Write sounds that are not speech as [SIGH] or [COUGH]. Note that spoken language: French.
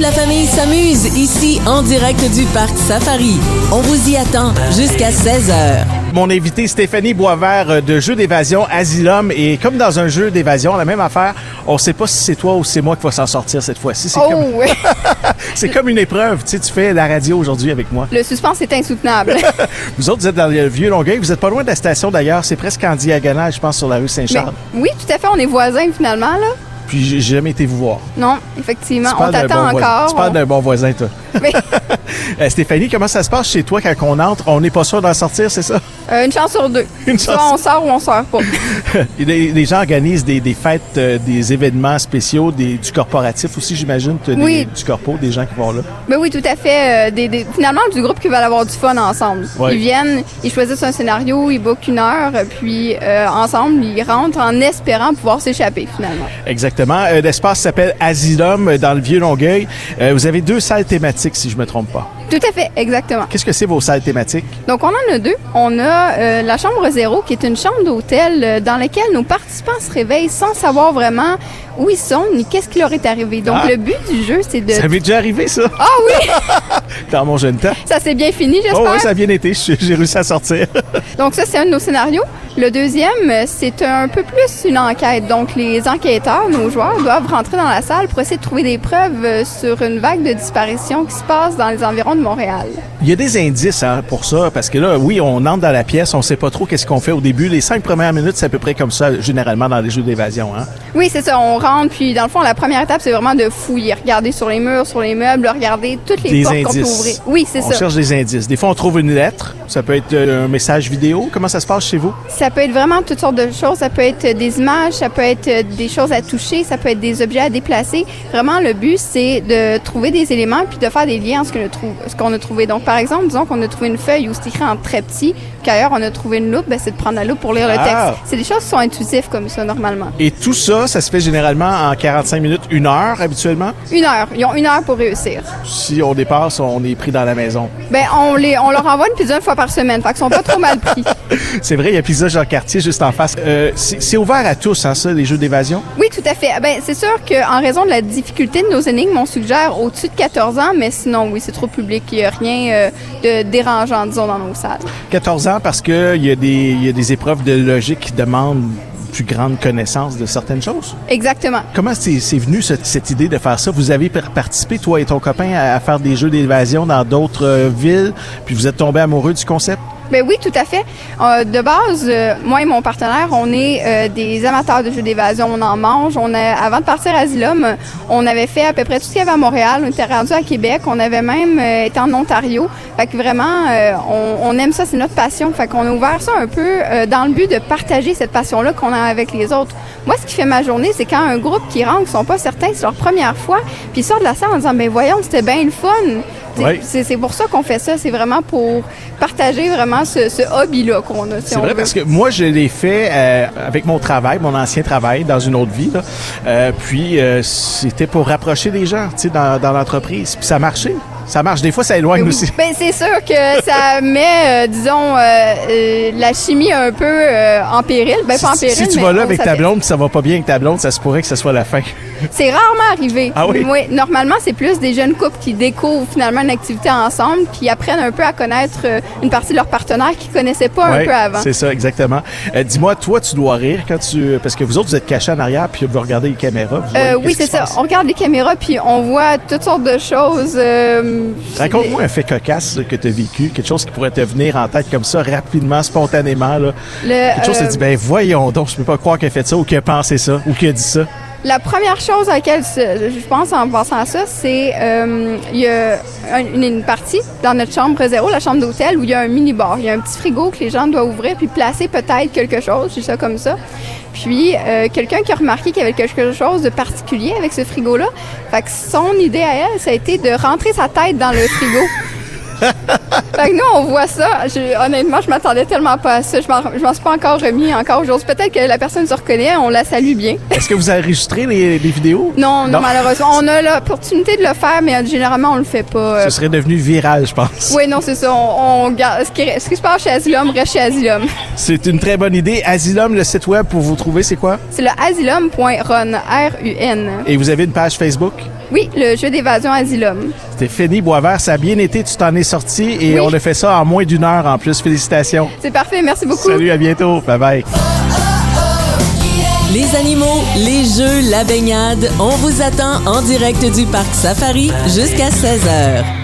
la famille s'amuse ici en direct du parc Safari. On vous y attend jusqu'à 16h. Mon invité Stéphanie Boisvert euh, de Jeux d'évasion Asylum et comme dans un jeu d'évasion, la même affaire, on sait pas si c'est toi ou c'est moi qui va s'en sortir cette fois-ci. C'est Oh comme oui, c'est comme une épreuve, tu sais, tu fais la radio aujourd'hui avec moi. [LAUGHS] le suspense [LAUGHS] est insoutenable. Vous autres vous êtes dans le vieux Longueuil, vous êtes pas loin de la station d'ailleurs, c'est presque en diagonale, je pense sur la rue Mais, Saint-Charles. oui, tout à fait, on est voisins finalement là. Puis j'ai j'ai jamais été vous voir. Non, effectivement, Tu on parles d'un t'attend bon voisin. encore. Tu parles d'un bon voisin toi. [LAUGHS] Mais, Euh, Stéphanie, comment ça se passe chez toi quand on entre On n'est pas sûr d'en sortir, c'est ça euh, une chance sur deux. [LAUGHS] Une Soit chance. on sort ou on sort pas. Et Les les gens organisent des, des fêtes, euh, des événements spéciaux, des, du corporatif aussi, j'imagine, t'as des- Oui. du corpo, des gens qui vont là. Mais oui, tout à fait. euh, des, des- finalement, du groupe qui va avoir du fun ensemble. Ouais. Ils viennent, ils choisissent un scénario, ils bookent une heure, puis euh, ensemble, ils rentrent en espérant pouvoir s'échapper finalement. Exactement. Euh, L'espace s'appelle Asylum euh, dans le vieux Longueuil. Euh, vous avez deux salles thématiques, si je me trompe pas. Tout à fait, exactement. Qu'est-ce que c'est vos salles thématiques Donc, on en a deux. On a euh, la chambre zéro, qui est une chambre d'hôtel euh, dans laquelle nos participants se réveillent sans savoir vraiment où ils sont ni qu'est-ce qui leur est arrivé. Donc, Ah. le but du jeu, c'est de... Ça m'est déjà arrivé, ça, Euh, Ah oui! [LAUGHS] dans mon jeune temps. Ça s'est bien fini, j'espère. Oh oui, ça a bien été. Je- J'ai réussi à [LAUGHS] sortir. Donc ça, c'est un de nos scénarios. Le deuxième, euh, c'est un peu plus une enquête. Donc les enquêteurs, nos joueurs, doivent rentrer dans la salle pour essayer de trouver des preuves euh, sur une vague de disparitions qui se passe dans les environs de Montréal. Il y a des indices hein, pour ça, parce que là, oui, on entre dans la pièce, on sait pas trop qu'est-ce qu'on fait au début. Les cinq premières minutes, c'est à peu près comme ça, généralement, dans les jeux d'évasion. Hein. Oui, c'est ça, on rentre, puis dans le fond, la première étape, c'est vraiment de fouiller, regarder sur les murs, sur les meubles, regarder toutes les Des portes qu'on peut indices. ouvrir. Oui, c'est On ça. cherche des indices. Des fois, on trouve une lettre. Ça peut être euh, un message vidéo. Comment ça se passe chez vous? Ça peut être vraiment toutes sortes de choses. Ça peut être euh, des images, ça peut être euh, des choses à toucher, ça peut être des objets à déplacer. Vraiment, le but, c'est de trouver des éléments puis de faire des liens entre ce qu'on a, trou- ce qu'on a trouvé. Donc, par exemple, disons qu'on a trouvé une feuille où c'est écrit en très petit, qu'ailleurs on a trouvé une loupe, ben, c'est de prendre la loupe pour lire le Ah! texte. C'est des choses qui sont intuitives comme ça, normalement. Et tout ça, ça se fait généralement en 45 minutes, une heure habituellement. Une heure. Ils ont une heure pour réussir. Si on dépasse, on est pris dans la maison. Ben, on, les, on leur envoie une pizza une fois par semaine. Fait qu'ils sont pas trop mal pris. C'est vrai, il y a Pizza Jean-Cartier juste en face. Euh, c'est c'est ouvert à tous, hein, ça, les jeux d'évasion? Oui, tout à fait. Ben, c'est sûr qu'en raison de la difficulté de nos énigmes, on suggère au-dessus de 14 ans, mais sinon, oui, c'est trop public. Il n'y a rien euh, de dérangeant, disons, dans nos salles. 14 ans parce qu'il y, a des- il y a des épreuves de logique qui demandent plus grande connaissance de certaines choses. Exactement. Comment c'est c'est venu ce- cette idée de faire ça? Vous avez par- participé, toi et ton copain, à, à faire des jeux d'évasion dans d'autres euh, villes, puis vous êtes tombé amoureux du concept? Ben oui, tout à fait. Euh, de base, euh, moi et mon partenaire, on est euh, des amateurs de jeux d'évasion. On en mange. On a, avant de partir à Asylum, euh, on avait fait à peu près tout ce qu'il y avait à Montréal. On était rendu à Québec. On avait même euh, été en Ontario. Fait que vraiment, euh, on, on aime ça. C'est notre passion. Fait qu'on a ouvert ça un peu euh, dans le but de partager cette passion-là qu'on a avec les autres. Moi, ce qui fait ma journée, c'est quand un groupe qui rentre, qui sont pas certains, c'est leur première fois, puis ils sortent de la salle en disant, ben voyons, c'était bien le fun. C'est- Ouais. c'est c'est pour ça qu'on fait ça. C'est vraiment pour partager vraiment ce, ce hobby-là qu'on a. si C'est on vrai veut. parce que moi, je l'ai fait euh, avec mon travail, mon ancien travail, dans une autre vie. là. Euh, puis, euh, c'était pour rapprocher des gens, tu sais, dans, dans l'entreprise. Puis ça marchait. Ça marche. Des fois, ça éloigne Oui. aussi. Ben, c'est sûr que ça met, euh, disons, euh, euh, la chimie un peu euh, en péril. Ben, pas en Si, péril, si tu mais vas là on avec ta s'appelle- blonde, puis ça va pas bien avec ta blonde, ça se pourrait que ce soit la fin. C'est rarement arrivé. Ah oui? normalement, c'est plus des jeunes couples qui découvrent finalement une activité ensemble, qui apprennent un peu à connaître euh, une partie de leur partenaire qu'ils connaissaient pas un Ouais, peu avant. C'est ça, exactement. Euh, Dis-moi, toi, tu dois rire quand tu. Parce que vous autres, vous êtes cachés en arrière, puis vous regardez les caméras. vous Euh, voyez oui, qu'est-ce c'est qui se ça. passe. On regarde les caméras puis on voit toutes sortes de choses. euh, Raconte-moi un fait cocasse là, que tu as vécu, quelque chose qui pourrait te venir en tête comme ça, rapidement, spontanément. Là. le- Quelque chose qui euh, dit, ben voyons donc, je peux pas croire qu'elle a fait ça, ou qu'elle a pensé ça, ou qu'elle a dit ça. La première chose à laquelle se- je pense en pensant à ça, c'est euh, il y a un- une, une partie dans notre chambre zéro, la chambre d'hôtel, où il y a un mini-bar. Il y a un petit frigo que les gens doivent ouvrir puis placer peut-être quelque chose, c'est ça comme ça. Puis euh, quelqu'un qui a remarqué qu'il y avait quelque chose de particulier avec ce frigo-là, fait que son idée à elle, ça a été de rentrer sa tête dans le frigo. Fait que nous, on voit ça. Je- honnêtement, je m'attendais tellement pas à ça. Je m'en- je m'en suis pas encore remis encore aujourd'hui. Peut-être que la personne se reconnaît, on la salue bien. Est-ce que vous enregistrez les, les vidéos? Non, non, malheureusement. On a l'opportunité de le faire, mais euh, généralement, on le fait pas. Euh, Ce serait devenu viral, je pense. Oui, non, c'est ça. On, on garde- ce, qui, ce qui se passe chez Asylum reste chez Asylum. C'est une très bonne idée. Asylum, le site web pour vous trouver, c'est quoi? C'est le asylum.run, R-U-N. Et vous avez une page Facebook? Oui, le jeu d'évasion Asylum. Stéphanie Boisvert, ça a bien été, tu t'en es sortie et Oui. on a fait ça en moins d'une heure en plus. Félicitations. C'est parfait, merci beaucoup. Salut, à bientôt. Bye bye. Les animaux, les jeux, la baignade, on vous attend en direct du parc Safari jusqu'à 16h.